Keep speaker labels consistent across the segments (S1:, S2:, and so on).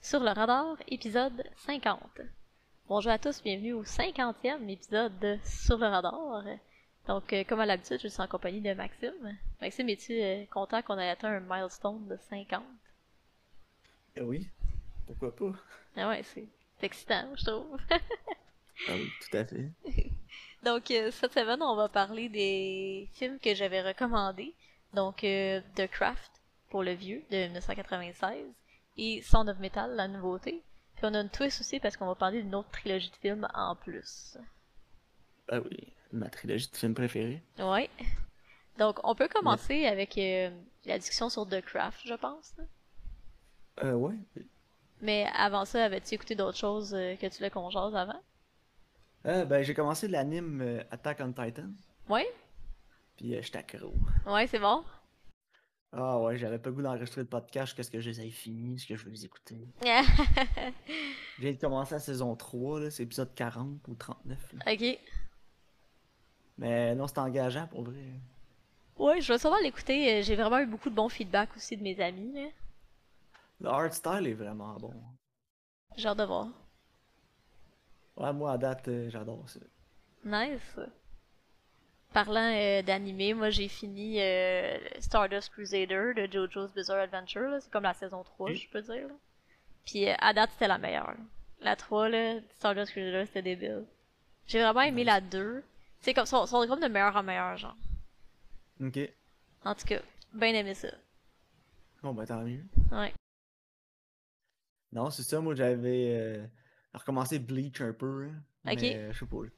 S1: Sur le radar, épisode 50. Bonjour à tous, bienvenue au 50e épisode de Sur le radar. Donc, euh, comme à l'habitude, je suis en compagnie de Maxime. Maxime, es-tu euh, content qu'on ait atteint un milestone de 50?
S2: Eh oui, pourquoi pas?
S1: Ah ouais, c'est c'est excitant, je trouve.
S2: Ah oui, tout à fait.
S1: Donc, euh, cette semaine, on va parler des films que j'avais recommandés. Donc, euh, The Craft, pour le vieux, de 1996, et Sound of Metal, la nouveauté. Puis on a une twist aussi parce qu'on va parler d'une autre trilogie de films en plus.
S2: Ah oui, ma trilogie de films préférée.
S1: Ouais. Donc, on peut commencer avec euh, la discussion sur The Craft, je pense. là.
S2: Euh, ouais.
S1: Mais avant ça, avais-tu écouté d'autres choses euh, que tu le qu'on jase avant?
S2: Euh, ben, j'ai commencé l'anime euh, Attack on Titan,
S1: Ouais?
S2: puis euh, j'étais accro.
S1: Ouais, c'est bon?
S2: Ah ouais, j'avais pas le goût d'enregistrer le podcast jusqu'à ce que je les aie finis, ce que je veux les écouter.
S1: Ah, ok.
S2: Je viens de commencer la saison 3, là, c'est épisode 40 ou 39. là. Mais non, c'est engageant pour vrai.
S1: Ouais, je vais sûrement l'écouter. euh, J'ai vraiment eu beaucoup de bons feedbacks aussi de mes amis, là.
S2: Le art style est vraiment bon.
S1: J'ai hâte de voir.
S2: Ouais, moi à date, euh, j'adore ça.
S1: Nice. Parlant euh, d'animé, moi j'ai fini euh, Stardust Crusader de JoJo's Bizarre Adventure. là. C'est comme la saison 3,
S2: Mm.
S1: je peux dire. là. Puis euh, à date, c'était la meilleure. là. La 3, là, Stardust Crusader, c'était débile. J'ai vraiment aimé la 2. C'est comme sont, sont comme de meilleur en meilleur, genre.
S2: Ok,
S1: En tout cas, bien aimé ça.
S2: bon ben tant mieux.
S1: Ouais.
S2: Non, c'est ça, moi j'avais euh, recommencé Bleach un peu. hein,
S1: Ok.
S2: Mais, euh, je sais pas. là.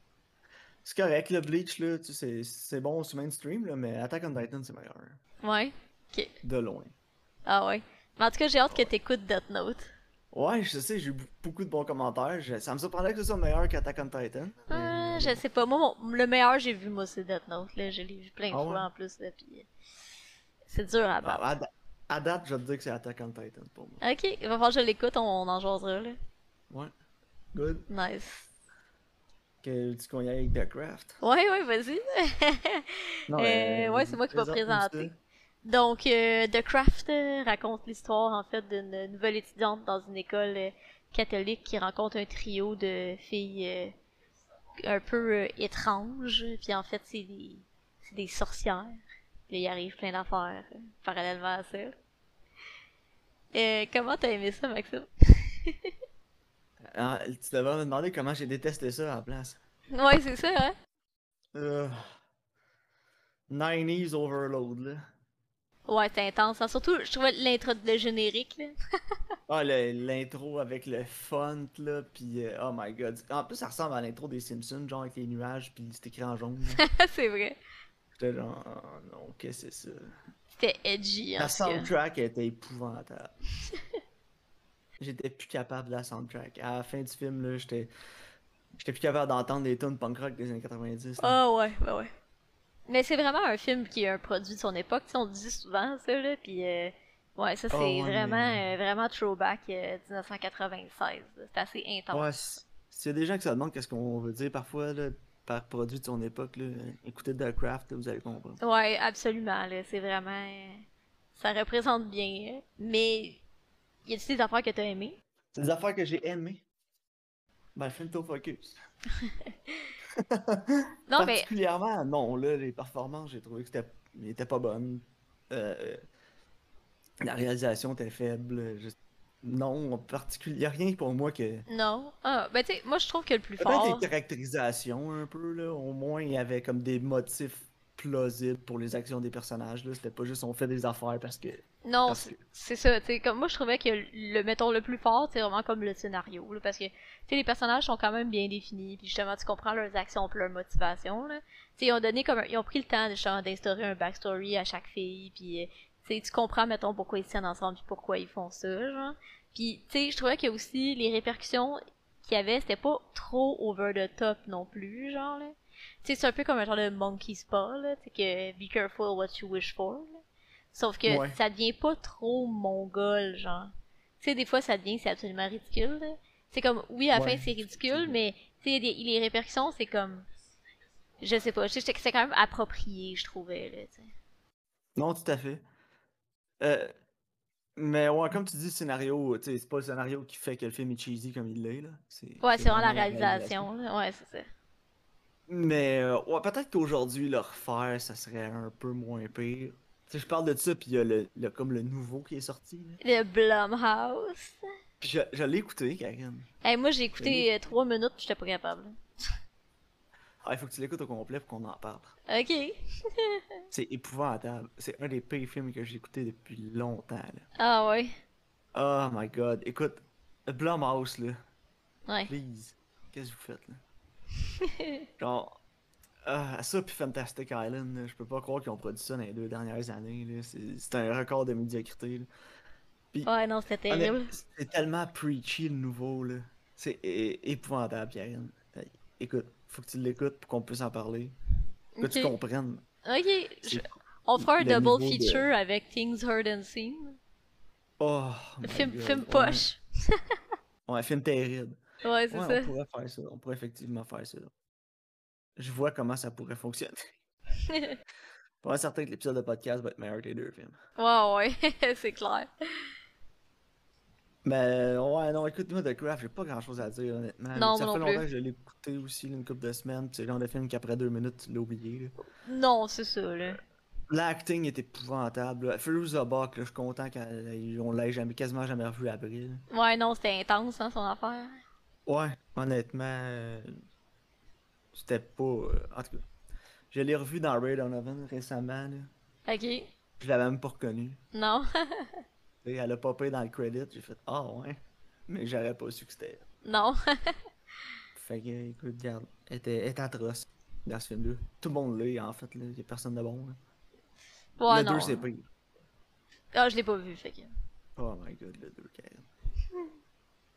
S2: C'est correct, le Bleach, là, tu sais, c'est- c'est bon sur mainstream, là, mais Attack on Titan, c'est meilleur. hein,
S1: Ouais. Ok.
S2: De loin.
S1: Ah ouais. Mais en tout cas, j'ai hâte que t'écoutes Death Note.
S2: Ouais, je sais, j'ai eu bou- beaucoup de bons commentaires. je- Ça me surprendrait que ce soit meilleur qu'Attack on Titan. mais-
S1: Ah, je sais pas. Moi, mon- le meilleur que j'ai vu, moi, c'est Death Note. Là. Je l'ai vu plein de
S2: Ah
S1: fois
S2: ouais?
S1: en plus. Là, puis... euh, C'est dur à battre.
S2: Ah, à, da- à date, je vais te dire que c'est Attack on Titan pour moi.
S1: Ok, il va falloir que je l'écoute, on, on en jasera. Là.
S2: Ouais. Good.
S1: Nice.
S2: Que tu qu'on y aille avec The Craft.
S1: Ouais, ouais, vas-y.
S2: Non,
S1: Euh, ouais, c'est moi qui vais
S2: présente-nous ça.
S1: présenter. Donc, euh, The Craft euh, raconte l'histoire, en fait, d'une nouvelle étudiante dans une école euh, catholique qui rencontre un trio de filles euh, un peu euh, étranges. Puis, en fait, c'est des, c'est des sorcières. Puis, il arrive plein d'affaires euh, parallèlement à ça. Euh, comment t'as aimé ça, Maxime?
S2: Ah, tu devrais me demander comment j'ai détesté ça en place.
S1: Ouais, c'est ça, hein?
S2: Euh, 90s Overload, là.
S1: Ouais, c'est intense. hein. Surtout, je trouvais l'intro de générique, là.
S2: Ah, le- l'intro avec le font, là, pis euh, oh my god. En plus, ça ressemble à l'intro des Simpsons, genre avec les nuages, pis c'est écrit en jaune. là.
S1: c'est vrai.
S2: J'étais genre, oh non, qu'est-ce que c'est ça?
S1: C'était edgy, en
S2: La
S1: tout cas.
S2: soundtrack était épouvantable. J'étais plus capable de la soundtrack. À la fin du film, là, j'étais. J'étais plus capable d'entendre des tunes punk rock des années 90. là.
S1: Ah ouais, bah ouais. Mais c'est vraiment un film qui est un produit de son époque, tu sais, on le dit souvent ça, là, puis euh, ouais, ça c'est
S2: Ah ouais,
S1: vraiment,
S2: mais-
S1: euh, vraiment throwback euh, 1996, là. c'est assez intense.
S2: ouais, c'est- s'il y a des gens qui se demandent qu'est-ce qu'on veut dire parfois, là, par produit de son époque, là, écoutez The Craft, là, vous allez comprendre.
S1: Ouais, absolument, là, c'est vraiment, euh, ça représente bien, hein. mais y a-t-il des affaires que t'as aimées?
S2: C'est des affaires que j'ai aimées. Ben, le film focus.
S1: Non, mais,
S2: Particulièrement, non, là, les performances, j'ai trouvé que c'était elles étaient pas bonnes. Euh, la réalisation était faible. je- Non, en particulier, il a rien pour moi que.
S1: non, ah, ben tu sais, moi je trouve que le plus
S2: Peut-être
S1: fort,
S2: les caractérisations un peu, là. Au moins, il y avait comme des motifs plausibles pour les actions des personnages, là. C'était pas juste on fait des affaires parce que.
S1: Non,
S2: Parce
S1: c'est c'est ça. t'sais, comme moi, je trouvais que le mettons le plus fort, c'est vraiment comme le scénario, là, parce que t'sais, les personnages sont quand même bien définis, puis justement, tu comprends leurs actions, puis leurs motivations. Là. T'sais, ils ont donné comme un- ils ont pris le temps justement, d'instaurer un backstory à chaque fille, puis euh, t'sais, tu comprends mettons pourquoi ils se tiennent ensemble, puis pourquoi ils font ça, genre. Puis t'sais, je trouvais que aussi les répercussions qu'il y avait, c'était pas trop over the top non plus, genre. Là. T'sais, c'est un peu comme un genre de monkey spa, là, t'sais, que be careful what you wish for. là. Sauf que
S2: Ouais.
S1: ça devient pas trop mongol, genre. Tu sais, des fois, ça devient, c'est absolument ridicule. là. C'est comme, oui, à la
S2: Ouais,
S1: fin, c'est ridicule,
S2: effectivement.
S1: mais tu sais, les, les répercussions, c'est comme. Je sais pas, je sais que c'est quand même approprié, je trouvais, là, tu sais.
S2: Non, tout à fait. Euh, Mais ouais, comme tu dis, le scénario, tu sais, c'est pas le scénario qui fait que le film est cheesy comme il l'est, là.
S1: Ouais, c'est vraiment la réalisation. là. Ouais, c'est ça.
S2: Mais euh, ouais, peut-être qu'aujourd'hui, le refaire, ça serait un peu moins pire. Tu sais, je parle de ça, puis il y a le, le- comme le nouveau qui est sorti. là.
S1: Le Blumhouse.
S2: Puis je, je l'ai écouté, Karine.
S1: Hey, moi, j'ai écouté euh, trois minutes puis j'étais pas capable.
S2: Ah, il faut que tu l'écoutes au complet pour qu'on en parle.
S1: Ok.
S2: C'est épouvantable. C'est un des pires films que j'ai écouté depuis longtemps, là.
S1: Ah ouais.
S2: Oh my god. Écoute, Blumhouse, là.
S1: Ouais.
S2: Please. Qu'est-ce que vous faites, là? Genre, ah, ça puis Fantastic Island, là, je peux pas croire qu'ils ont produit ça dans les deux dernières années. là. C'est c'est un record de médiocrité. là.
S1: Ouais, non, c'était
S2: Ah, mais
S1: terrible.
S2: C'est tellement preachy le nouveau. là. C'est é- épouvantable, Karine. Euh, Écoute, faut que tu l'écoutes pour qu'on puisse en parler. Que tu
S1: Ok.
S2: comprennes.
S1: Ok.
S2: C'est-
S1: je- On fera un
S2: le
S1: double
S2: niveau de-
S1: feature avec Things Heard and Seen.
S2: Oh, my
S1: Film,
S2: God.
S1: film
S2: Ouais.
S1: poche.
S2: Ouais, film terrible.
S1: Ouais, c'est
S2: Ouais,
S1: ça.
S2: on pourrait faire ça. On pourrait effectivement faire ça. Je vois comment ça pourrait fonctionner. Pour être certain que l'épisode de podcast va être meilleur que les deux films.
S1: Ouais, ouais, c'est clair.
S2: Mais ouais, non, écoute, moi, The Craft, j'ai pas grand chose à dire, honnêtement.
S1: Non,
S2: ça
S1: moi
S2: fait
S1: non
S2: longtemps
S1: plus.
S2: que je l'ai écouté aussi, là, une couple de semaines. pis C'est le genre de film qu'après deux minutes, tu l'as oublié. là.
S1: Non, c'est ça, là.
S2: L'acting est épouvantable. là. Firouza Balk, là, je suis content qu'on l'ait jamais, quasiment jamais revu après. là.
S1: Ouais, non, c'était intense, hein, son affaire.
S2: Ouais, honnêtement, euh, c'était pas. euh, En tout cas, je l'ai revu dans Ray Donovan récemment. Là.
S1: Ok.
S2: Je l'avais même pas reconnu.
S1: Non.
S2: Et elle a popé dans le credit, j'ai fait Ah ouais. Mais j'aurais pas su que c'était. elle.
S1: non.
S2: Fait que, écoute, regarde, elle était, elle est atroce dans ce film-là. Tout le monde l'est, en fait, là. Y a personne de bon. là.
S1: Ouais,
S2: le
S1: non.
S2: 2, c'est pire.
S1: Ah, je l'ai pas vu, fait que.
S2: Oh my god, le 2, Karen.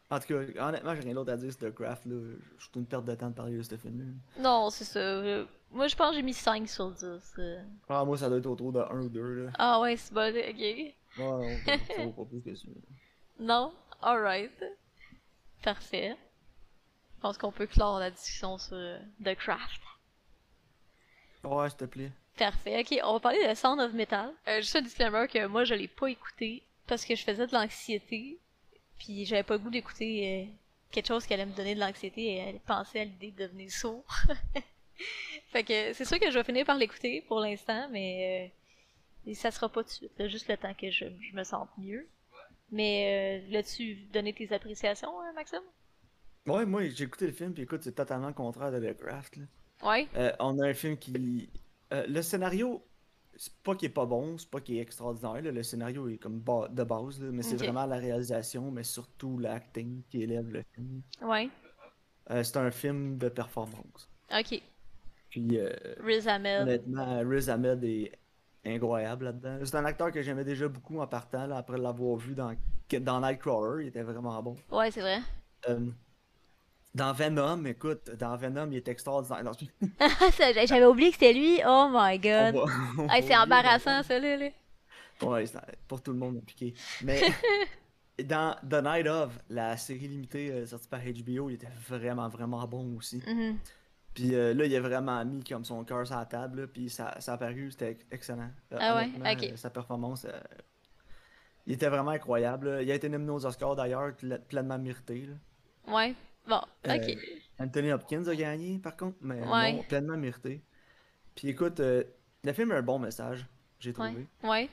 S2: En tout cas, honnêtement, j'ai rien d'autre à dire sur The Craft, là. Je suis une perte de temps de parler de ce film-là.
S1: Non, c'est ça. je- Moi, je pense que j'ai mis 5 sur 10. euh.
S2: Ah, moi, ça doit être autour de 1 ou 2, là.
S1: Ah ouais, c'est bon, ok.
S2: Ouais, non, ça ça vaut pas plus que ça.
S1: Non? Alright. Parfait. Je pense qu'on peut clore la discussion sur euh, The Craft.
S2: Ouais, s'il te plaît.
S1: Parfait. Ok, on va parler de Sound of Metal. Euh, juste un disclaimer que moi, je l'ai pas écouté parce que je faisais de l'anxiété. Puis j'avais pas le goût d'écouter euh, quelque chose qui allait me donner de l'anxiété et elle pensait à l'idée de devenir sourd. fait que c'est sûr que je vais finir par l'écouter pour l'instant, mais euh, ça sera pas tout de suite. là, juste le temps que je, je me sente mieux. Mais euh, l'as-tu donné tes appréciations, hein, Maxime?
S2: Ouais, moi, j'ai écouté le film, puis écoute, c'est totalement le contraire de The Craft, là.
S1: Ouais.
S2: Euh, on a un film qui. euh, le scénario, c'est pas qu'il est pas bon, c'est pas qu'il est extraordinaire. là. Le scénario est comme ba- de base, là, mais c'est
S1: Ok.
S2: vraiment la réalisation, mais surtout l'acting qui élève le film.
S1: Ouais.
S2: Euh, c'est un film de performance.
S1: Ok.
S2: Puis, euh,
S1: Riz Ahmed.
S2: honnêtement, Riz Ahmed est incroyable là-dedans. C'est un acteur que j'aimais déjà beaucoup en partant, là, après l'avoir vu dans, que- dans Nightcrawler, il était vraiment bon.
S1: Ouais, c'est vrai.
S2: Euh, dans Venom, écoute, dans Venom, il est extraordinaire. Non, je-
S1: Ça, j'a- J'avais oublié que c'était lui. Oh my
S2: on
S1: god.
S2: va- on
S1: Hey, ah,
S2: va
S1: c'est
S2: oublier
S1: embarrassant, ça, là. là.
S2: Ouais, c'est pour tout le monde impliqué. Mais dans The Night of, la série limitée euh, sortie par HBO, il était vraiment, vraiment bon aussi.
S1: Mhm.
S2: Puis euh, là, il a vraiment mis comme son cœur sur la table, là, puis ça, ça a paru, c'était excellent. Euh,
S1: Ah ouais?
S2: honnêtement,
S1: Ok.
S2: euh, sa performance, euh, il était vraiment incroyable. là. Il a été nominé aux Oscars d'ailleurs, pla- pleinement mérité. là.
S1: Ouais. Bon,
S2: Euh,
S1: ok.
S2: Anthony Hopkins a gagné, par contre, mais
S1: Ouais.
S2: non, pleinement mérité. Puis écoute, euh, le film a un bon message, j'ai trouvé.
S1: Ouais. Ouais.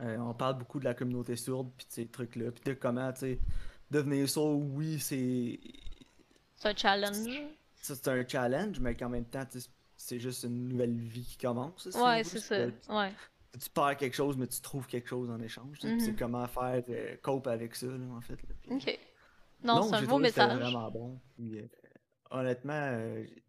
S2: Euh, on parle beaucoup de la communauté sourde, puis de ces trucs-là, puis de comment, tu sais, devenir sourd, oui, c'est
S1: C'est un challenge.
S2: ça, c'est un challenge, mais qu'en même temps, tu sais, c'est juste une nouvelle vie qui commence. si on
S1: Ouais,
S2: veut,
S1: c'est ça.
S2: c'est
S1: Ouais.
S2: que Tu perds quelque chose, mais tu trouves quelque chose en échange. tu sais, puis C'est
S1: Mhm.
S2: comment faire euh, cope avec ça, là, en fait. là, puis-
S1: Ok. Non, c'est un
S2: j'ai
S1: beau
S2: trouvé que c'était
S1: message.
S2: vraiment bon. puis, euh, honnêtement, euh, j-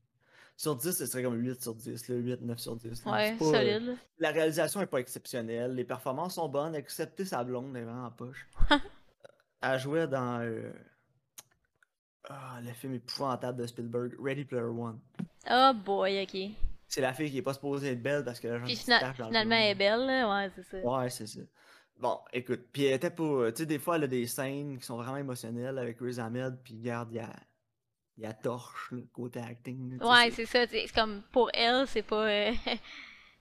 S2: sur 10, ce serait comme 8 sur 10, là, 8, 9 sur 10. là.
S1: Ouais,
S2: C'est pas, euh,
S1: solide.
S2: la réalisation est pas exceptionnelle. Les performances sont bonnes, excepté sa blonde, elle est vraiment en poche. elle jouait dans euh, ah, le film épouvantable de Spielberg, Ready Player One.
S1: Oh
S2: euh,
S1: boy, ok.
S2: C'est la fille qui est pas supposée être belle parce que
S1: Puis fina- finalement, elle est belle, là. Ouais, c'est ça.
S2: Ouais, c'est ça. Bon, écoute, puis elle était pas. Tu sais, des fois, elle a des scènes qui sont vraiment émotionnelles avec Riz Ahmed, puis regarde, il y a, il y a torche, le côté acting. là, tu sais,
S1: Ouais, c'est ça. tu sais, C'est comme pour elle, c'est pas. euh,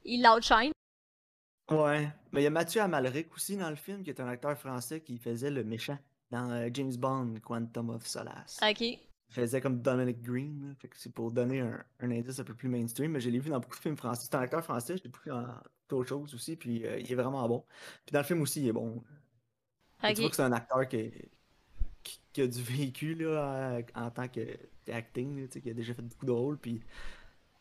S1: Il l'outshine.
S2: Ouais. Mais il y a Mathieu Amalric aussi dans le film, qui est un acteur français qui faisait le méchant dans euh, James Bond, Quantum of Solace.
S1: Ok.
S2: Il faisait comme Dominic Green, là. Fait que c'est pour donner un, un indice un peu plus mainstream, mais je l'ai vu dans beaucoup de films français. C'est un acteur français, je l'ai vu dans d'autres choses aussi, puis euh, il est vraiment bon. Puis dans le film aussi, il est bon. Mais Tu vois
S1: Ok.
S2: que c'est un acteur qui, est- qui- qui a du vécu là, euh, en en tant que acting, là, tu sais, qui a déjà fait beaucoup de rôles, puis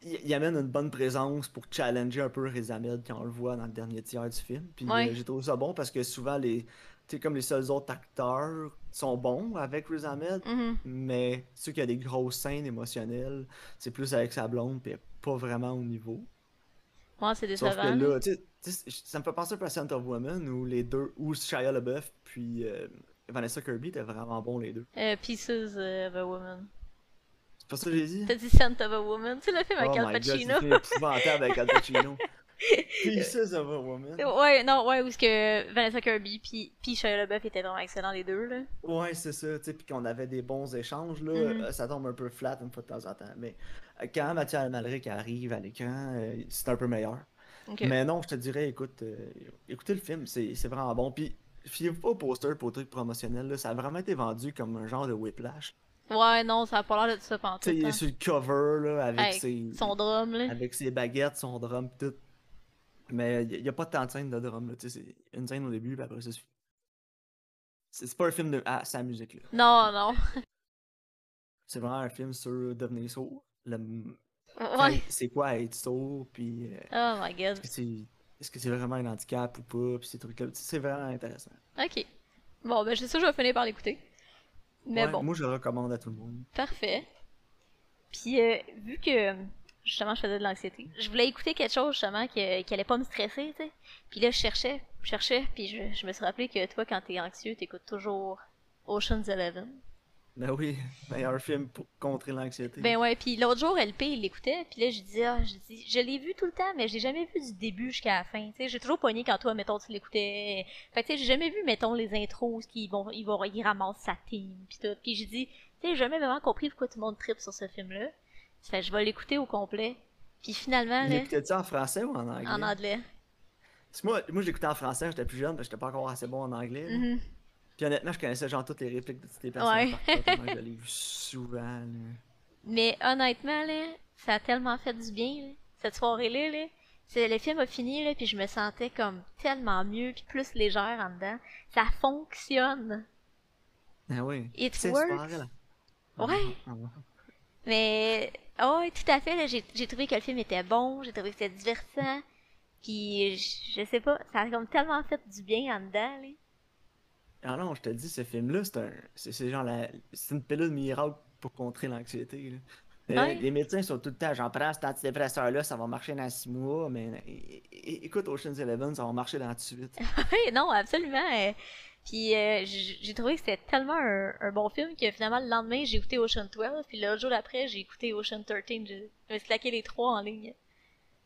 S2: il, il amène une bonne présence pour challenger un peu Riz Ahmed quand on le voit dans le dernier tiers du film. Puis
S1: Ouais.
S2: euh, j'ai trouvé ça bon parce que souvent, les, tu sais, comme les seuls autres acteurs sont bons avec Riz Ahmed,
S1: Mhm.
S2: mais ceux qui ont des grosses scènes émotionnelles, c'est plus avec sa blonde, puis elle est pas vraiment au niveau.
S1: Ouais, c'est
S2: Sauf
S1: décevant.
S2: que
S1: là.
S2: là, tu sais- tu sais, c- ça me fait penser un peu à Scent of Woman où les deux, où Shia LaBeouf puis euh, Vanessa Kirby étaient vraiment bons les deux.
S1: Euh, Pieces of a Woman.
S2: C'est pour ça que j'ai dit.
S1: T'as dit Scent of a Woman? C'est le film avec
S2: Oh
S1: Al
S2: my god, c'est
S1: Pacino.
S2: épouvantable avec Al Pacino. Pieces of a Woman.
S1: Ouais, non, ouais, où ce que Vanessa Kirby puis puis Shia LaBeouf étaient vraiment excellents les deux là.
S2: Ouais, c'est ça, tu sais, puis qu'on avait des bons échanges, là,
S1: Mhm.
S2: euh, ça tombe un peu flat une fois de temps en temps. Mais euh, quand Mathieu Amalric arrive à l'écran, euh, c'est un peu meilleur.
S1: Ok.
S2: Mais non, je te dirais, écoute, euh, écoutez le film, c'est c'est vraiment bon. Puis, fiez-vous pas au poster pour truc promotionnel, là, ça a vraiment été vendu comme un genre de whiplash.
S1: Ouais, non, ça a pas l'air de ça hein. pendant
S2: Tu sais, il est sur le cover, là, avec,
S1: Hey,
S2: ses,
S1: Son drum là.
S2: avec ses baguettes, son drum, pis tout. Mais il n'y a, pas tant de scènes de drum, là. Tu sais, c'est une scène au début, puis après, ça suffit. C'est c'est pas un film de. Ah, sa musique, là.
S1: Non, non.
S2: C'est vraiment un film sur devenir sourd. le-
S1: Ouais.
S2: C'est quoi être sourd, puis. euh,
S1: Oh my god.
S2: est-ce que c'est est-ce que c'est vraiment un handicap ou pas, puis ces trucs-là. Tu sais, C'est vraiment intéressant.
S1: Ok. Bon, ben, c'est sûr, je vais finir par l'écouter. Mais
S2: Ouais,
S1: bon,
S2: Moi, je le recommande à tout le monde.
S1: parfait. Puis, euh, vu que justement, je faisais de l'anxiété, je voulais écouter quelque chose justement que- qui allait pas me stresser, tu sais. Puis là, je cherchais, je cherchais, puis je, je me suis rappelé que toi, quand t'es anxieux, t'écoutes toujours Ocean's Eleven.
S2: Ben oui, meilleur film pour contrer l'anxiété.
S1: Ben ouais, puis l'autre jour, LP, il l'écoutait, puis là, je disais, ah, je dis, je l'ai vu tout le temps, mais je l'ai jamais vu du début jusqu'à la fin. Tu sais, j'ai toujours pogné quand toi, mettons, tu l'écoutais. Fait que, tu sais, j'ai jamais vu, mettons, les intros qui vont, ils vont, ils ramassent sa team, puis tout. Puis j'ai dit, tu sais, j'ai jamais vraiment compris pourquoi tout le monde tripe sur ce film-là. Fait que je vais l'écouter au complet. Puis finalement,
S2: Il
S1: là,
S2: écoutait ça en français ou en anglais?
S1: hein. en anglais.
S2: Parce que Moi, moi j'écoutais en français, j'étais plus jeune, parce que j'étais pas encore assez bon en anglais. là.
S1: Mhm.
S2: Puis honnêtement, je connaissais genre toutes les répliques de toutes les personnes.
S1: Ouais.
S2: par cœur, tellement je l'ai vu souvent. là.
S1: Mais honnêtement, là, ça a tellement fait du bien, là. cette soirée-là. Là, C'est- le film a fini, là, puis je me sentais comme tellement mieux, puis plus légère en dedans. Ça fonctionne.
S2: Ah oui.
S1: It
S2: C'est
S1: works.
S2: super, là.
S1: Ouais.
S2: Ah, ah,
S1: Mais, oh, tout à fait, là, j'ai j'ai trouvé que le film était bon, j'ai trouvé que c'était divertissant. Puis, je, je sais pas, ça a comme tellement fait du bien en dedans, là.
S2: ah. Ah non, je te dis, ce film-là, c'est un... c'est- c'est genre la... C'est une pilule miracle pour contrer l'anxiété. là. Euh,
S1: Ouais.
S2: Les médecins sont tout le temps, j'en prends cet antidépresseur-là, ça va marcher dans six mois, mais euh, é- é- écoute Ocean's Eleven, ça va marcher dans 18.
S1: Oui, non, absolument. euh, Puis euh, j- j'ai trouvé que c'était tellement un, un bon film que finalement le lendemain j'ai écouté Ocean 12, puis le jour d'après j'ai écouté Ocean 13. Je je me suis claqué les trois en ligne.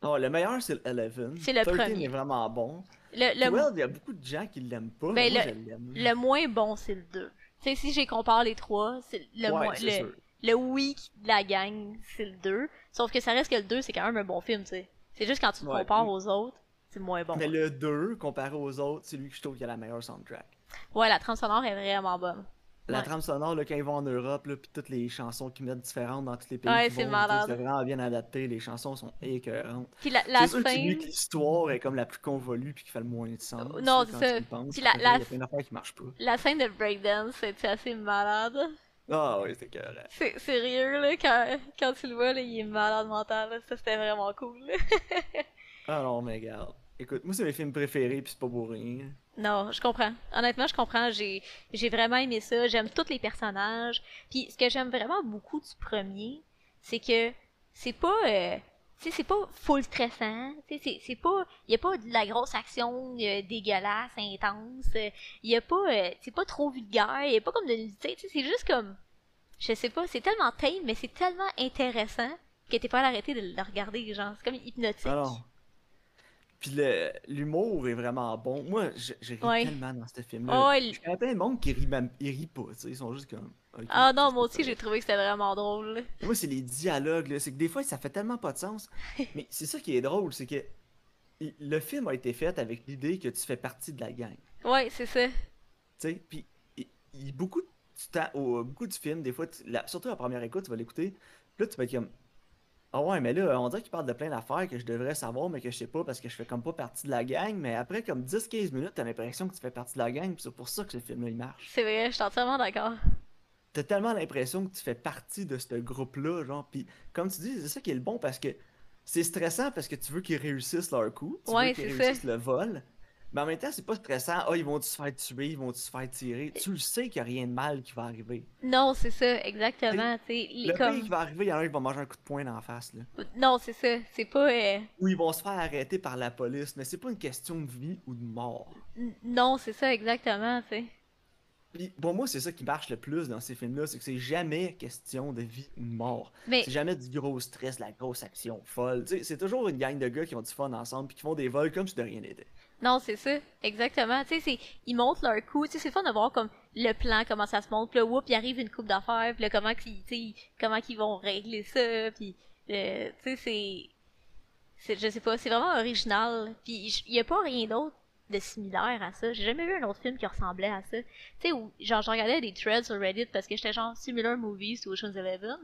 S2: Non, le meilleur, c'est le Eleven.
S1: C'est le
S2: 13
S1: premier.
S2: est vraiment bon.
S1: Le, le,
S2: 12, il y a beaucoup de gens qui l'aiment pas, mais
S1: Ben,
S2: moi,
S1: le-
S2: je l'aime.
S1: le moins bon c'est le 2. Tu sais, si j'ai compare les trois, c'est le
S2: ouais,
S1: moins.
S2: c'est
S1: Le,
S2: sûr.
S1: le oui de la gang, c'est le 2. Sauf que ça reste que le 2, c'est quand même un bon film, tu sais. C'est juste quand tu le
S2: Ouais.
S1: compares aux autres, c'est moins bon.
S2: Mais le 2, comparé aux autres, c'est lui que je trouve qui a la meilleure soundtrack.
S1: Ouais, la trame sonore est vraiment bonne.
S2: La
S1: Ouais.
S2: trame sonore, là, quand ils vont en Europe, là, puis toutes les chansons qu'ils mettent différentes dans tous les pays,
S1: Ouais,
S2: qu'ils
S1: c'est
S2: vont,
S1: malade.
S2: c'est vraiment bien adapté, les chansons sont écœurantes.
S1: Puis la, la
S2: c'est sûr que c'est lui
S1: scène.
S2: que l'histoire est comme la plus convolue puis qui fait le moins de sens.
S1: Non,
S2: là,
S1: c'est
S2: quand
S1: ça.
S2: tu y penses,
S1: Puis la-
S2: parce que
S1: la-
S2: Il y a plein d'affaires qui marchent pas.
S1: La scène de breakdance, c'est assez malade.
S2: Ah oui, c'est écœurant.
S1: C'est sérieux, là, quand, quand tu le vois, là, il est malade mental, là. Ça, c'était vraiment cool, là.
S2: Ah non, mais regarde. Écoute, moi, c'est mes films préférés puis c'est pas pour rien.
S1: Non, je comprends. Honnêtement, je comprends. J'ai, j'ai vraiment aimé ça. J'aime tous les personnages. Puis, ce que j'aime vraiment beaucoup du premier, c'est que c'est pas, euh, tu sais, c'est pas full stressant. Tu sais, c'est, c'est pas, y a pas de la grosse action euh, dégueulasse, intense. Euh, Y a pas, euh, c'est pas trop vulgaire. Y a pas comme de nudité. Tu sais, c'est juste comme, je sais pas, c'est tellement tame, mais c'est tellement intéressant que t'es pas à l'arrêter de le regarder, genre. C'est comme hypnotique.
S2: Ah non. Puis le- l'humour est vraiment bon. Moi, je, je ris
S1: Ouais.
S2: tellement dans ce
S1: Ah
S2: film-là.
S1: ouais, l-
S2: Je connais plein de monde qui rit même, ils rient pas, tu sais, ils sont juste comme. Ok,
S1: Ah
S2: ça,
S1: non,
S2: c'est
S1: moi
S2: pas
S1: aussi,
S2: ça.
S1: j'ai trouvé que c'était vraiment drôle, là.
S2: Moi, c'est les dialogues, là. C'est que des fois, ça fait tellement pas de sens. Mais c'est ça qui est drôle, c'est que il- le film a été fait avec l'idée que tu fais partie de la gang.
S1: Ouais, c'est ça.
S2: Tu sais, puis il- il- beaucoup du temps, au- euh, beaucoup du film, des fois, tu- la- surtout la première écoute, tu vas l'écouter, puis là, tu vas être comme, ah ouais, mais là, on dirait qu'il parle de plein d'affaires que je devrais savoir, mais que je sais pas parce que je fais comme pas partie de la gang, mais après, comme 10-15 minutes, t'as l'impression que tu fais partie de la gang, puis c'est pour ça que ce film-là, il marche.
S1: C'est vrai, je suis entièrement d'accord.
S2: T'as tellement l'impression que tu fais partie de ce groupe-là, genre, puis comme tu dis, c'est ça qui est le bon parce que c'est stressant parce que tu veux qu'ils réussissent leur coup, tu
S1: Ouais,
S2: veux qu'ils
S1: c'est ça.
S2: réussissent le vol, mais en même temps, c'est pas stressant, ah, ils vont-tu se faire tuer, ils vont-tu se faire tirer, tu le sais qu'il y a rien de mal qui va arriver.
S1: Non, c'est ça, exactement. tu sais, les-
S2: Le
S1: comme-
S2: pire qui va arriver, il y en a un qui va manger un coup de poing dans la face, là.
S1: Non, c'est ça. C'est pas. euh,
S2: Ou ils vont se faire arrêter par la police, mais c'est pas une question de vie ou de mort.
S1: n- Non, c'est ça, exactement, tu sais.
S2: Puis, pour moi, c'est ça qui marche le plus dans ces films-là, c'est que c'est jamais question de vie ou de mort.
S1: Mais
S2: C'est jamais du gros stress, la grosse action folle. Tu sais, c'est toujours une gang de gars qui ont du fun ensemble puis qui font des vols comme si de rien n'était.
S1: non, c'est ça, exactement. Tu sais, c'est- ils montent leur coup. Tu sais, c'est le fun de voir comme le plan, comment ça se monte. Puis là, whoop, il arrive une coupe d'affaires. Puis là, comment qu'ils, tu sais, comment qu'ils vont régler ça. Puis, euh, tu sais, c'est. c'est- Je sais pas, c'est vraiment original. Puis, j- il y a pas rien d'autre de similaire à ça. J'ai jamais vu un autre film qui ressemblait à ça. Tu sais, où- genre, je regardais des threads sur Reddit parce que j'étais genre Similar Movies to Ocean's Eleven.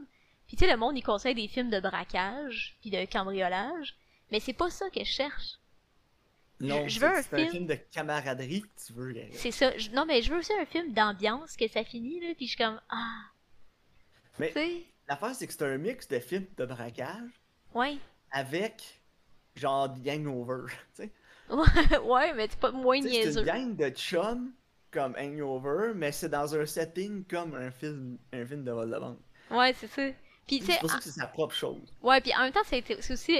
S1: Puis, tu sais, le monde, il conseille des films de braquage, puis de cambriolage. Mais c'est pas ça que je cherche.
S2: Non,
S1: je
S2: c'est-
S1: veux un
S2: c'est
S1: film-
S2: un film de camaraderie que tu veux. Gaël.
S1: C'est ça. Je- non, mais je veux aussi un film d'ambiance que ça finit, là, puis je suis comme, ah.
S2: Mais-
S1: Tu sais?
S2: L'affaire, c'est que c'est un mix de films de braquage
S1: Ouais.
S2: avec genre de hangover. tu sais.
S1: Ouais, ouais, mais c'est pas moins
S2: Tu sais, C'est une
S1: niaiseux.
S2: gang de chums comme hangover, mais c'est dans un setting comme un film, un film de vol de banque.
S1: Ouais, c'est ça. Puis, tu sais, ah
S2: C'est pour ça que c'est sa propre chose.
S1: en- ouais, puis en même temps, c'est c'est aussi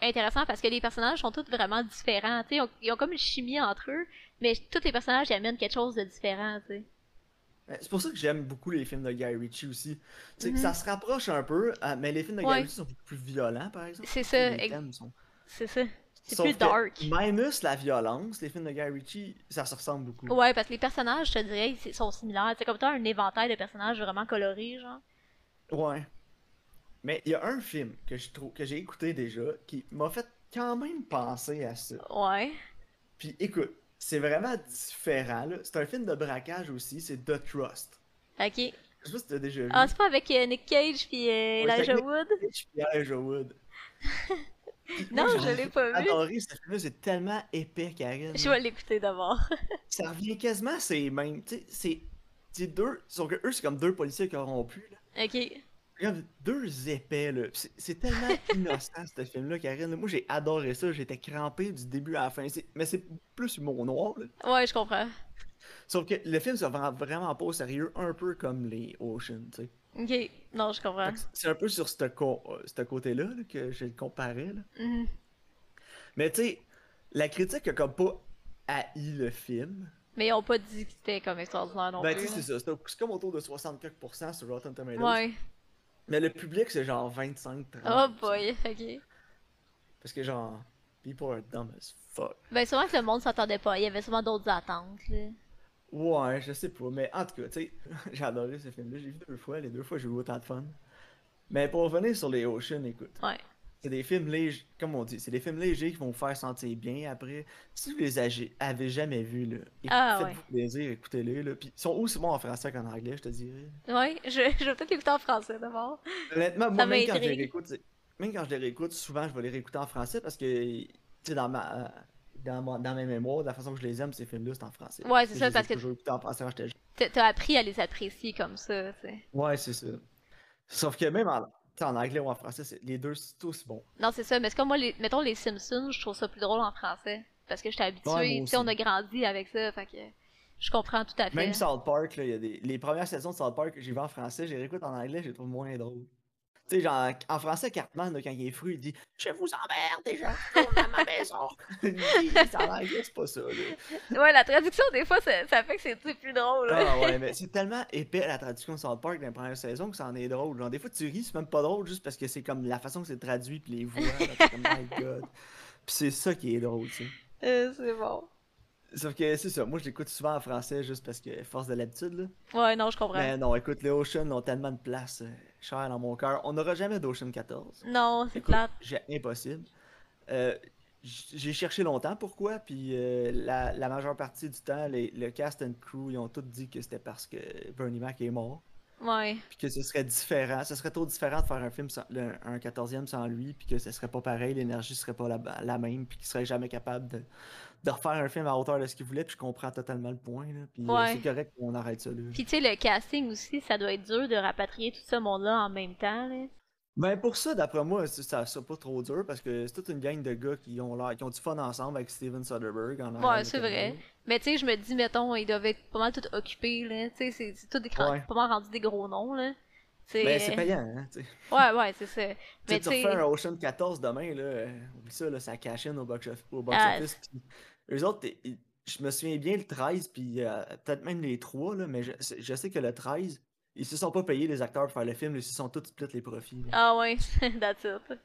S1: intéressant parce que les personnages sont tous vraiment différents, tu sais. on- Ils ont comme une chimie entre eux, mais tous les personnages ils amènent quelque chose de différent, tu sais.
S2: Euh, C'est pour ça que j'aime beaucoup les films de Guy Ritchie aussi. Tu sais,
S1: Mhm.
S2: que ça se rapproche un peu, euh, mais les films de
S1: Ouais.
S2: Guy Ritchie sont beaucoup plus violents, par exemple.
S1: C'est ça,
S2: Les
S1: ex-
S2: thèmes sont
S1: C'est ça. C'est
S2: Sauf
S1: plus
S2: que
S1: dark.
S2: Minus la violence, les films de Guy Ritchie, ça se ressemble beaucoup.
S1: Ouais, parce que les personnages, je te dirais, ils sont similaires. C'est comme t'as un éventail de personnages vraiment colorés, genre.
S2: Ouais. Mais il y a un film que je trouve que j'ai écouté déjà qui m'a fait quand même penser à ça.
S1: Ouais.
S2: Puis écoute, c'est vraiment différent là. C'est un film de braquage aussi, c'est The Trust.
S1: Ok.
S2: Je sais pas si t'as déjà vu.
S1: Ah, c'est pas avec euh, Nick Cage puis euh,
S2: Ouais, c'est
S1: Elijah
S2: avec Nick-
S1: Wood?
S2: Mitch puis Elijah Wood. Puis
S1: Non,
S2: moi,
S1: je
S2: j'ai
S1: l'ai pas vu.
S2: Adoré ce film, c'est tellement épais, Karen.
S1: Ah, Je vais l'écouter d'abord.
S2: Ça revient quasiment, c'est même, tu sais, c'est, c'est deux, sauf que eux c'est comme deux policiers corrompus là.
S1: Ok.
S2: Regarde, deux épais, là. Puis C'est c'est tellement innocent, ce film-là, Karine. Moi, j'ai adoré ça. J'étais crampé du début à la fin. C'est- Mais c'est plus humour noir, là.
S1: Ouais, je comprends.
S2: Sauf que le film se vend vraiment pas au sérieux, un peu comme les Ocean, tu sais.
S1: Ok. Non, je comprends.
S2: Fait que C'est un peu sur ce co- euh, ce côté-là là, que je le comparais, là.
S1: Mhm.
S2: Mais tu sais, la critique a comme pas haï le film.
S1: Mais ils ont pas dit que c'était comme extraordinaire non
S2: ben, tu
S1: plus.
S2: sais, c'est ça. C'est au- c'est comme autour de 64% sur Rotten Tomatoes.
S1: ouais.
S2: Mais le public, c'est genre 25-30%.
S1: Oh boy. Ok.
S2: Parce que genre, people are dumb as fuck.
S1: Ben, sûrement que le monde s'attendait pas. Il y avait sûrement d'autres attentes, là.
S2: Ouais, je sais pas, mais en tout cas, tu sais, j'ai adoré ce film-là, j'ai vu deux fois, les deux fois j'ai eu autant de fun. Mais pour revenir sur les Ocean, écoute,
S1: Ouais.
S2: c'est des films légers, comme on dit, c'est des films légers qui vont vous faire sentir bien après. Si vous les agi- avez jamais vus, là, écoute,
S1: Ah,
S2: faites-vous plaisir, écoutez-les, là, puis ils sont aussi bons en français qu'en anglais, je te dirais.
S1: Ouais, je, je vais peut-être l'écouter en français d'abord.
S2: Honnêtement, moi, même quand je les
S1: m'intrigue.
S2: réécoute, c'est- même quand je les réécoute, souvent je vais les réécouter en français parce que, tu sais, dans ma... euh, Dans, ma- dans mes mémoires, de la façon que je les aime, ces films-là, c'est en français.
S1: Ouais, c'est
S2: Je
S1: ça,
S2: les ai
S1: parce que-
S2: toujours écoutés en français quand j'étais
S1: T'as t'as appris à les apprécier comme ça, tu sais.
S2: Ouais, c'est ça. Sauf que même en, t'sais, en anglais ou en français, c'est- les deux, c'est aussi bon.
S1: Non, c'est ça. Mais c'est comme moi, les, mettons les Simpsons, je trouve ça plus drôle en français. Parce que j'étais habituée.
S2: Ouais, moi
S1: tu sais, on
S2: aussi.
S1: a grandi avec ça. Fait que je comprends tout à fait.
S2: Même South Park, là, il y a des... les premières saisons de South Park que j'ai vues en français, j'ai réécoute en anglais, je les trouve moins drôles. Tu sais, genre, en français, Cartman, là, quand il est fru, il dit Je vous emmerde, déjà, retourne à ma maison. Il dit ça en anglais, c'est pas ça. là.
S1: Ouais, la traduction, des fois, ça, ça fait que c'est c'est plus drôle. là.
S2: Ah ouais, mais c'est tellement épais la traduction de South Park dans les premières saisons que ça en est drôle. Genre, des fois, tu ris, c'est même pas drôle juste parce que c'est comme la façon que c'est traduit, puis les voix, là, t'es comme My God. Puis c'est ça qui est drôle, tu sais.
S1: Euh, c'est bon.
S2: Sauf que c'est ça, moi je l'écoute souvent en français juste parce que force de l'habitude là.
S1: Ouais, non, je comprends.
S2: Mais non, écoute, les Ocean ont tellement de place euh, chère dans mon cœur. On n'aura jamais d'Ocean 14.
S1: Non, c'est
S2: Écoute,
S1: plate.
S2: j'ai impossible. Euh, j- j'ai cherché longtemps pourquoi, puis euh, la, la majeure partie du temps, les- le cast and crew, ils ont tous dit que c'était parce que Bernie Mac est mort,
S1: Ouais.
S2: puis que ce serait différent, ce serait trop différent de faire un film, sans, le- un 14e sans lui, puis que ce serait pas pareil, l'énergie serait pas la, la même, puis qu'il serait jamais capable de, de refaire un film à hauteur de ce qu'il voulait, puis je comprends totalement le point, là, puis euh,
S1: Ouais.
S2: c'est correct qu'on arrête ça, là.
S1: Puis tu sais, le casting aussi, ça doit être dur de rapatrier tout ce monde-là en même temps. Là.
S2: Ben pour ça, d'après moi, c'est- ça sera pas trop dur parce que c'est toute une gang de gars qui ont l'air, qui ont du fun ensemble avec Steven Soderbergh. En arrière
S1: Ouais,
S2: de
S1: c'est
S2: tout le
S1: vrai.
S2: monde.
S1: Mais tu sais, je me dis, mettons, ils doivent être pas mal tout occupés, là. Tu sais, c'est c'est tout des cra-
S2: Ouais.
S1: pas mal rendu des gros noms, là. T'sais,
S2: Ben c'est payant, hein. tu sais.
S1: Ouais, ouais, c'est ça. Mais
S2: Tu sais,
S1: tu
S2: tu
S1: sais,
S2: refais un Ocean 14 demain, là, euh, oublie ça, là, ça cash in au box office. Au box
S1: Ah,
S2: office pis eux autres, ils- ils- je me souviens bien le 13, puis euh, peut-être même les 3, là, mais je, c'est- je sais que le 13, ils se sont pas payés les acteurs pour faire le film, ils se sont tous split les profits. là.
S1: ah ouais, that's it.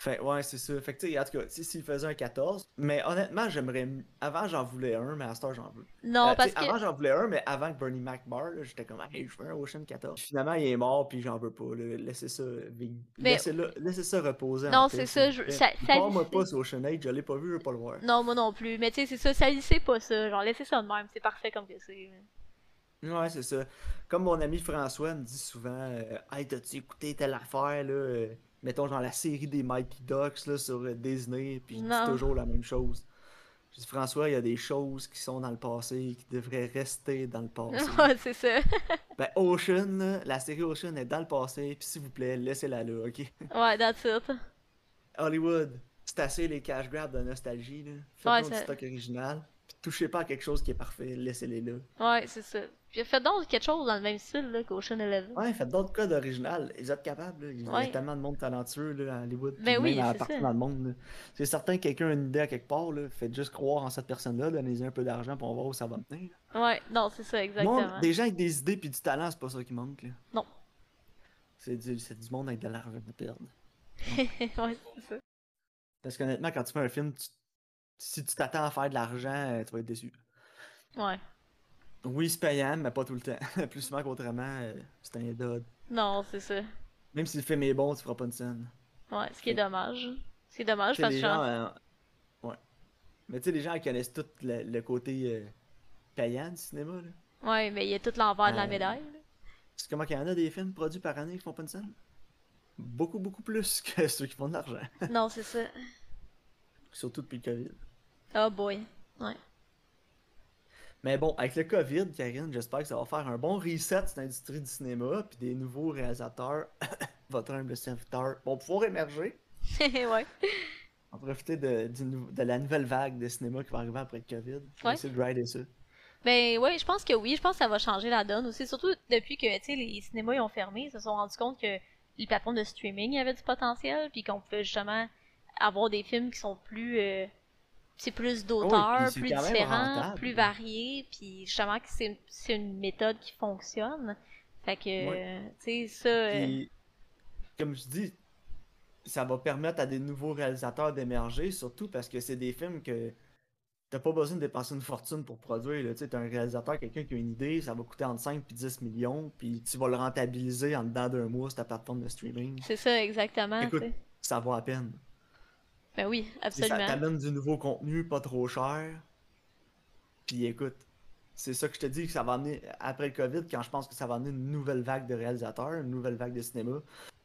S2: Fait, ouais, c'est ça. Fait que, tu sais, en tout cas, tu sais, s'ils faisaient un 14, mais honnêtement, j'aimerais. m- Avant, j'en voulais un, mais à ce temps, j'en veux.
S1: Non,
S2: Euh,
S1: parce
S2: t'sais,
S1: que.
S2: Avant, j'en voulais un, mais avant que Bernie Mac meure, là, j'étais comme, hey, je veux un Ocean 14. Finalement, il est mort, puis j'en veux pas. là. Laissez ça vivre.
S1: Mais-
S2: Laissez-le- laissez ça reposer.
S1: Non,
S2: en fait,
S1: c'est ça,
S2: s'il vous
S1: je-
S2: plaît.
S1: ça- ça
S2: Parle-moi
S1: lui-
S2: pas ce Ocean 8, je l'ai pas vu, je veux pas le voir.
S1: Non, moi non plus. Mais tu sais, c'est ça, salissez pas ça. Genre, laissez ça de même, c'est parfait comme que c'est. là.
S2: Ouais, c'est ça. Comme mon ami François me dit souvent, euh, hey, t'as-tu écouté telle affaire, là euh, Mettons, genre la série des Mighty Ducks là, sur euh, Disney, puis il me
S1: Non.
S2: dit toujours la même chose. Je dis, François, il y a des choses qui sont dans le passé, qui devraient rester dans le passé.
S1: Ouais, c'est ça.
S2: Ben, Ocean, là, la série Ocean est dans le passé, puis s'il vous plaît, laissez-la là, ok?
S1: Ouais, that's it.
S2: Hollywood, c'est assez les cash grabs de nostalgie, là.
S1: Ouais,
S2: Faites-nous
S1: ça-
S2: du stock original, puis touchez pas à quelque chose qui est parfait, laissez-les là.
S1: Ouais, c'est ça. Puis faites donc quelque chose dans le même style, là, qu'Ocean Eleven.
S2: Ouais, faites d'autres cas d'original, ils êtes capables, là. Il y
S1: Ouais.
S2: a tellement de monde talentueux, là, à Hollywood,
S1: Ben
S2: puis
S1: oui,
S2: même à
S1: c'est
S2: partout
S1: ça.
S2: dans le monde, là. C'est certain que quelqu'un a une idée à quelque part, là, faites juste croire en cette personne-là, donnez-lui un peu d'argent, pour on va voir où ça va tenir.
S1: Ouais, non, c'est ça,
S2: Le monde-
S1: exactement.
S2: des gens avec des idées puis du talent, c'est pas ça qui manque, là.
S1: Non.
S2: C'est du, c'est du monde avec de l'argent à perdre.
S1: ouais, c'est ça.
S2: Parce qu'honnêtement, quand tu fais un film, tu- si tu t'attends à faire de l'argent, euh, tu vas être déçu.
S1: Ouais.
S2: Oui, c'est payant, mais pas tout le temps. Plus souvent qu'autrement, euh, c'est un dod.
S1: Non, c'est ça.
S2: Même si le film est bon, tu feras pas une scène.
S1: Ouais, ce qui est dommage. C'est dommage
S2: Tu sais,
S1: parce
S2: les
S1: que.
S2: gens,
S1: genre-
S2: euh, ouais. Mais tu sais, les gens ils connaissent tout le, le côté euh, payant du cinéma. Là.
S1: Ouais, mais il y a tout l'envers de la
S2: Euh,
S1: médaille. là.
S2: C'est comment qu'il y en a des films produits par année qui font pas une scène? Beaucoup, beaucoup plus que ceux qui font de l'argent.
S1: Non, c'est ça.
S2: Surtout depuis le COVID.
S1: Oh boy. Ouais.
S2: Mais bon, avec le COVID, Karine, j'espère que ça va faire un bon reset de l'industrie du cinéma, puis des nouveaux réalisateurs, votre humble serviteur, vont pouvoir émerger.
S1: ouais.
S2: On va profiter de, du nou- de la nouvelle vague de cinéma qui va arriver après le COVID. On va
S1: Ouais.
S2: essayer de rider ça.
S1: Ben ouais, je pense que oui, je pense que ça va changer la donne aussi. Surtout depuis que tu sais, les cinémas ils ont fermé, ils se sont rendus compte que les plateformes de streaming avaient du potentiel, puis qu'on pouvait justement avoir des films qui sont plus. euh, c'est plus
S2: Oui,
S1: d'auteurs,
S2: puis c'est
S1: plus
S2: quand même
S1: différents,
S2: rentable.
S1: plus variés, puis justement que c'est c'est une méthode qui fonctionne. Fait que,
S2: Ouais.
S1: euh, tu sais, ça. euh,
S2: Puis, comme je dis, ça va permettre à des nouveaux réalisateurs d'émerger, surtout parce que c'est des films que t'as pas besoin de dépenser une fortune pour produire. Là. Tu sais, t'as un réalisateur, quelqu'un qui a une idée, ça va coûter entre 5 puis 10 millions, puis tu vas le rentabiliser en dedans d'un mois sur ta plateforme de streaming.
S1: c'est ça, exactement.
S2: Écoute,
S1: tu sais.
S2: Ça vaut à peine.
S1: Ben oui,
S2: Tu sais, Ça
S1: absolument.
S2: t'amène du nouveau contenu, pas trop cher. Puis écoute, c'est ça que je te dis que ça va amener après le COVID, quand je pense que ça va amener une nouvelle vague de réalisateurs, une nouvelle vague de cinéma.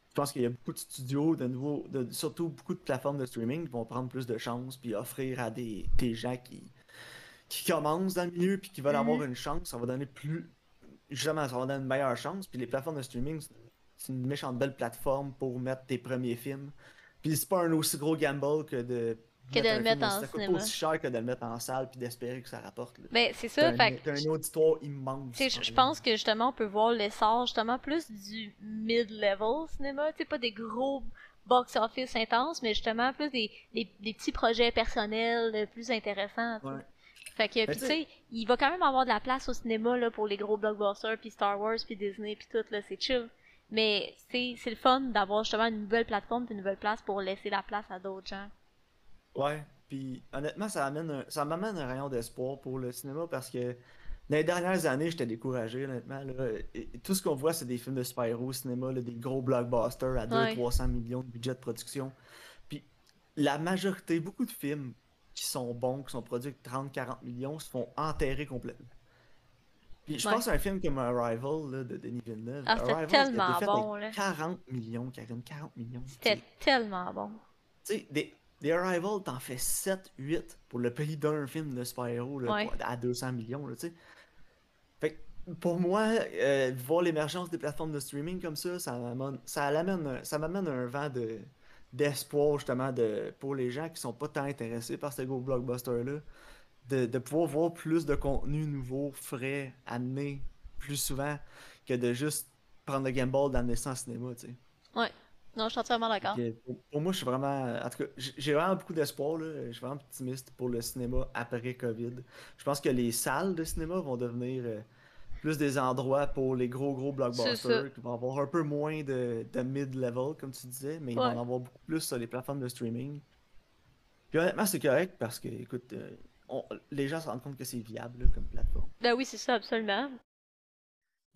S2: Je pense qu'il y a beaucoup de studios, de nouveaux, de, surtout beaucoup de plateformes de streaming qui vont prendre plus de chances puis offrir à des, des gens qui, qui commencent dans le milieu puis qui veulent
S1: Mhm.
S2: avoir une chance. Ça va donner plus. Justement, ça va donner une meilleure chance. Puis les plateformes de streaming, c'est une méchante belle plateforme pour mettre tes premiers films. Puis c'est pas un aussi gros gamble que de.
S1: Que de
S2: un
S1: le
S2: film
S1: mettre
S2: au-
S1: en
S2: Ça coûte pas
S1: cinéma.
S2: aussi cher que de le mettre en salle puis d'espérer que ça rapporte. là.
S1: Ben c'est
S2: T'as
S1: ça, fait
S2: un,
S1: que.
S2: t'as un auditoire immense.
S1: Tu sais, je- je pense que justement, on peut voir l'essor justement plus du mid-level cinéma, tu sais, pas des gros box-office intenses, mais justement plus des, des, des petits projets personnels euh, plus intéressants. tu sais.
S2: Ouais.
S1: Fait que,
S2: Mais
S1: puis
S2: tu
S1: tu
S2: sais-
S1: sais, il va quand même avoir de la place au cinéma là, pour les gros blockbusters, puis Star Wars, puis Disney, puis tout, là, c'est chill. Mais c'est c'est le fun d'avoir justement une nouvelle plateforme, puis une nouvelle place pour laisser la place à d'autres gens.
S2: Ouais, puis honnêtement, ça amène un- ça m'amène un rayon d'espoir pour le cinéma parce que dans les dernières années, j'étais découragé, honnêtement. là. Et- et tout ce qu'on voit, c'est des films de super-héros au cinéma, là, des gros blockbusters à
S1: Ouais.
S2: 200-300 millions de budget de production. Puis la majorité, beaucoup de films qui sont bons, qui sont produits avec 30-40 millions, se font enterrer complètement. Puis je
S1: Ouais.
S2: pense à un film comme Arrival là, de Denis Villeneuve.
S1: Ah, c'était
S2: Arrival,
S1: tellement
S2: il a été fait
S1: bon,
S2: avec
S1: là.
S2: 40 millions, Karine, 40 millions.
S1: C'était tellement bon.
S2: Tu sais, des, des Arrival, t'en fais 7-8 pour le prix d'un film de super-héros là,
S1: Ouais.
S2: pour- à 200 millions, là, tu sais. Fait que pour moi, euh, voir l'émergence des plateformes de streaming comme ça, ça m'amène, ça l'amène un- ça m'amène un vent de, d'espoir, justement, de, pour les gens qui sont pas tant intéressés par ce gros blockbuster-là, de, de pouvoir voir plus de contenu nouveau, frais, amené plus souvent que de juste prendre le gamble d'amener ça en cinéma, tu sais.
S1: Non, je suis entièrement d'accord.
S2: Puis, euh, Pour, pour moi, je suis vraiment. En tout cas, j- j'ai vraiment beaucoup d'espoir. là. Je suis vraiment optimiste pour le cinéma après COVID. Je pense que les salles de cinéma vont devenir euh, plus des endroits pour les gros, gros
S1: ça.
S2: blockbusters qui vont avoir un peu moins de, de mid-level, comme tu disais, mais ils
S1: Ouais.
S2: vont en avoir beaucoup plus sur les plateformes de streaming. Puis honnêtement, c'est correct parce que, écoute, euh, on- les gens se rendent compte que c'est viable là, comme plateforme.
S1: Ben oui, c'est ça, absolument.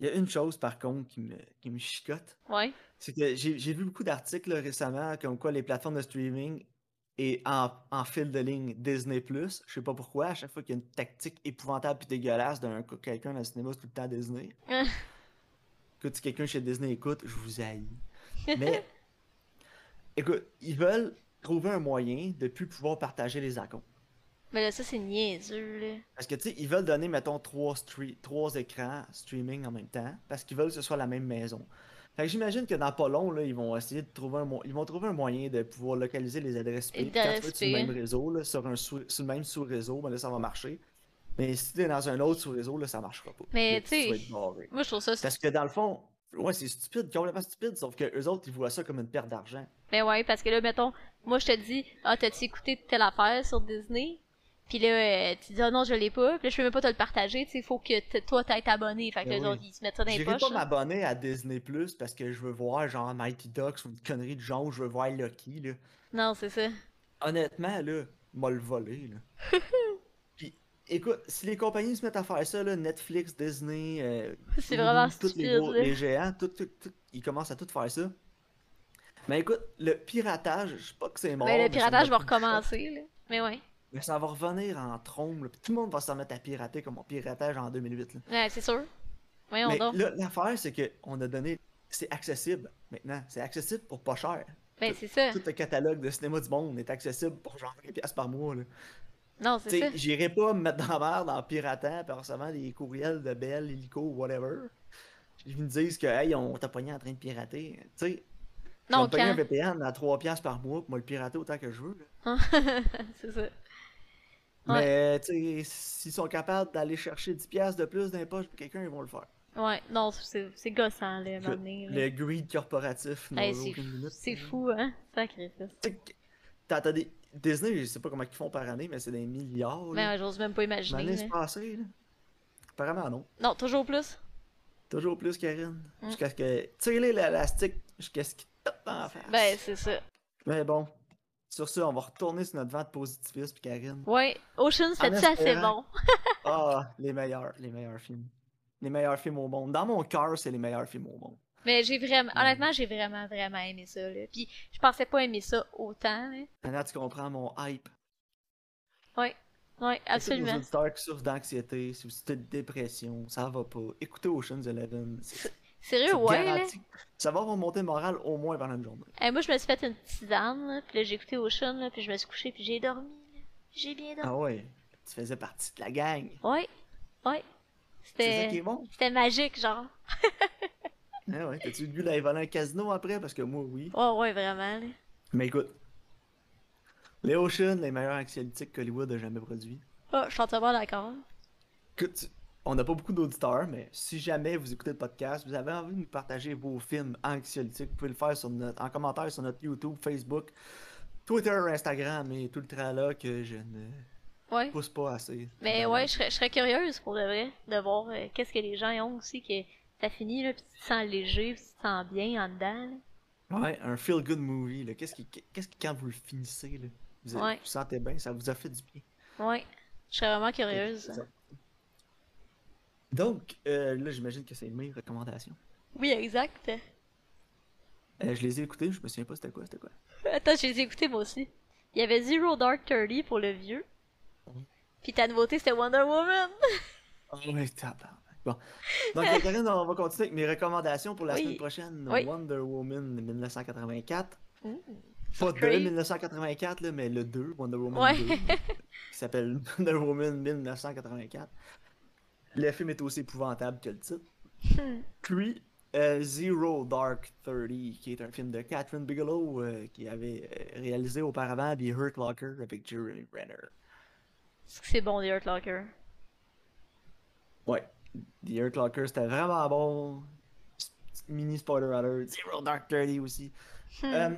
S2: Il y a une chose, par contre, qui me, qui me chicote.
S1: Ouais.
S2: C'est que j'ai j'ai vu beaucoup d'articles là, récemment comme quoi les plateformes de streaming et en, en fil de ligne Disney+. Je sais pas pourquoi, à chaque fois qu'il y a une tactique épouvantable et dégueulasse d'un co- quelqu'un dans le cinéma, c'est tout le temps Disney.
S1: Hein.
S2: Écoute, si quelqu'un chez Disney écoute, je vous haïs. Mais, écoute, ils veulent trouver un moyen de plus pouvoir partager les accounts.
S1: Mais là, ça, c'est niaiseux, là.
S2: Parce que, tu sais, ils veulent donner, mettons, trois, stre- trois écrans streaming en même temps, parce qu'ils veulent que ce soit la même maison. Fait que j'imagine que dans pas long, là, ils vont essayer de trouver un, mo- ils vont trouver un moyen de pouvoir localiser les adresses
S1: Les
S2: IP quand tu vas
S1: adresses
S2: sur le
S1: IP.
S2: même réseau, là, sur, un sous- sur le même sous-réseau, ben là, ça va marcher. Mais si t'es dans un autre sous-réseau, là, ça marchera pas.
S1: Mais,
S2: Là,
S1: tu sais,
S2: vas être barré.
S1: Moi, je trouve ça.
S2: Parce que dans le fond, ouais, c'est stupide, complètement stupide, sauf que eux autres, ils voient ça comme une perte d'argent.
S1: Mais ouais, parce que là, mettons, moi, je te dis, ah, t'as-tu écouté telle affaire sur Disney? Puis là, euh, tu dis, ah non, je l'ai pas. Puis là, je peux même pas te le partager, tu sais, faut que t- toi, t'aies abonné. Fait que
S2: Ben
S1: les
S2: oui.
S1: autres, ils se mettent ça dans les
S2: J'irai
S1: poches.
S2: pas
S1: là.
S2: m'abonner à Disney Plus parce que je veux voir genre Mighty Ducks ou une connerie de genre, je veux voir Lucky, là.
S1: Non, c'est ça.
S2: honnêtement, là, m'a le volé, là. Puis, écoute, si les compagnies se mettent à faire ça, là, Netflix, Disney, euh,
S1: C'est
S2: Hulu,
S1: vraiment
S2: tous
S1: stupide,
S2: les, gros-
S1: là.
S2: les géants, tout, tout- tout, ils commencent à tout faire ça. Mais écoute, le piratage, je sais pas que c'est mort.
S1: mais Ben, le
S2: ça
S1: piratage
S2: m'a
S1: va
S2: pris le choc.
S1: recommencer, là. Mais ouais.
S2: Mais ça va revenir en trombe. là, puis Tout le monde va s'en mettre à pirater comme on piratage en 2008. là.
S1: Ouais, c'est sûr. Voyons
S2: Mais
S1: donc.
S2: là, l'affaire, c'est que on a donné. C'est accessible maintenant. C'est accessible pour pas cher.
S1: Ben, c'est ça.
S2: Tout le catalogue de cinéma du monde est accessible pour genre 20$ par mois. Là.
S1: Non, c'est ça.
S2: T'sais, j'irai pas me mettre dans la merde en piratant par recevant des courriels de Bell, Illico, whatever. Ils me disent que, hey, on t'a pogné en train de pirater. Tu sais, je vais
S1: Non,
S2: me payer un
S1: quand?
S2: VPN à 3$ piastres par mois pour me le pirater autant que je veux. là.
S1: c'est ça.
S2: Mais, tu sais, s'ils sont capables d'aller chercher 10$ piastres de plus dans les poches pour quelqu'un, ils vont le faire.
S1: Ouais, non, c'est c'est gossant, là, à un moment donné, là.
S2: Le greed corporatif n'a
S1: Hey, c'est
S2: aucune
S1: fou-
S2: limite.
S1: C'est fou, hein? Sacrifice.
S2: Tu sais, t'as- t'as des- Disney, je sais pas comment ils font par année, mais c'est des milliards. Oh, là.
S1: Mais Ben ouais, j'ose même pas
S2: Mais
S1: imaginer.
S2: l'année
S1: là.
S2: passée, là. Apparemment, non.
S1: Non, toujours plus.
S2: Toujours plus, Karine.
S1: Mm.
S2: Jusqu'à ce que. Tire-les l'élastique jusqu'à ce qu'il te tape dans la face.
S1: Ben, c'est ça.
S2: Mais bon. Sur ce, on va retourner sur notre vente positiviste, puis Karine.
S1: Ouais, Ocean, c'était assez
S2: espérant.
S1: bon.
S2: Ah, les meilleurs, les meilleurs films. Les meilleurs films au monde. Dans mon cœur, c'est les meilleurs films au monde.
S1: Mais j'ai vraiment,
S2: Mm.
S1: honnêtement, j'ai vraiment, vraiment aimé ça, là. Puis, je pensais pas aimer ça autant, là.
S2: Maintenant, tu comprends mon hype.
S1: Ouais,
S2: Pour tous Les
S1: absolument.
S2: auditeurs qui souffrent d'anxiété, si vous souffrez de dépression, ça va pas. Écoutez Ocean's Eleven. C'est
S1: Sérieux,
S2: c'est
S1: euh, ouais, là.
S2: garanti. Ça va remonter le moral au moins pendant une journée.
S1: Eh, moi, je me suis fait une tisane, là, puis là, j'ai écouté Ocean, là, puis je me suis couchée, puis j'ai dormi, là. J'ai bien dormi.
S2: Ah ouais. Tu faisais partie de la gang.
S1: Ouais, ouais.
S2: Ah. C'est ça qui est
S1: C'était,
S2: bon.
S1: c'était magique, genre.
S2: Ah ouais, t'as-tu le goût d'aller voler un casino après? Parce que moi, oui.
S1: Ouais, ouais, vraiment, là.
S2: Mais écoute, les Ocean, les meilleurs anxiolytiques qu'Hollywood a jamais produits.
S1: Ah, je suis entièrement d'accord.
S2: Écoute, tu- on n'a pas beaucoup d'auditeurs, mais si jamais vous écoutez le podcast, vous avez envie de nous partager vos films anxiolytiques, vous pouvez le faire sur notre, en commentaire sur notre YouTube, Facebook, Twitter, Instagram et tout le tralala que je ne
S1: Ouais.
S2: pousse pas assez.
S1: Mais ouais, je serais, je serais curieuse pour de vrai de voir euh, qu'est-ce que les gens y ont aussi que ça finit là, puis tu te sens léger, puis tu te sens bien en dedans. là.
S2: Ouais, un feel-good movie, là. Qu'est-ce qui, qu'est-ce qui, quand vous le finissez, là, vous, êtes-
S1: Ouais.
S2: vous sentez bien, ça vous a fait du bien.
S1: Ouais, je serais vraiment curieuse.
S2: Donc, euh, là, j'imagine que c'est mes recommandations.
S1: Oui, exact.
S2: Euh, je les ai écoutés, je me souviens pas c'était quoi, c'était quoi.
S1: Attends, je les ai écoutés moi aussi. Il y avait Zero Dark Thirty pour le vieux.
S2: Oui.
S1: Puis ta nouveauté, c'était Wonder Woman.
S2: Oh, mais tabarnak. Bon. Donc, Catherine, on va continuer avec mes recommandations pour la
S1: Oui.
S2: semaine prochaine.
S1: Oui.
S2: Wonder Woman de 1984.
S1: Ouh,
S2: Pas
S1: ça
S2: de
S1: crave.
S2: 1984, là, mais le 2, Wonder Woman
S1: Ouais.
S2: 2, qui s'appelle Wonder Woman 1984. Le film est aussi épouvantable que le titre.
S1: Hmm.
S2: Puis, euh, Zero Dark Thirty, qui est un film de Catherine Bigelow, euh, qui avait euh, réalisé auparavant The Hurt Locker avec Jeremy Renner.
S1: Est-ce que c'est bon, The Hurt Locker?
S2: Ouais. The Hurt Locker, c'était vraiment bon. S- Mini spoiler alert. Zero Dark Thirty aussi.
S1: Hmm.
S2: Euh,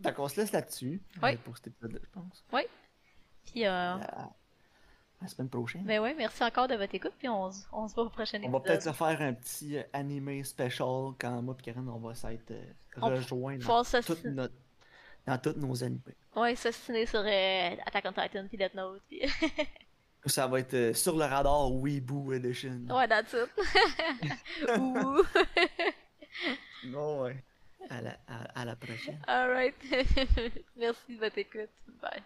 S2: donc, on se laisse là-dessus.
S1: Oui.
S2: euh, pour cet épisode je pense.
S1: Puis, euh,
S2: La, la semaine prochaine.
S1: ben ouais, merci encore de votre écoute. Puis on, s- on se voit au prochain
S2: On
S1: épisode.
S2: va peut-être se faire un petit euh, animé special quand moi et Karen, on va s'être euh,
S1: On va
S2: rejoints dans,
S1: Faut se-
S2: toute notre- dans toutes nos animés.
S1: Ouais, s'assiner sur euh, Attack on Titan puis Death Note. Puis...
S2: Ça va être euh, sur le radar Weeboo Edition.
S1: ouais, that's it. Ouh.
S2: Non, ouais. À la, à- à la prochaine.
S1: Alright. merci de votre écoute. Bye.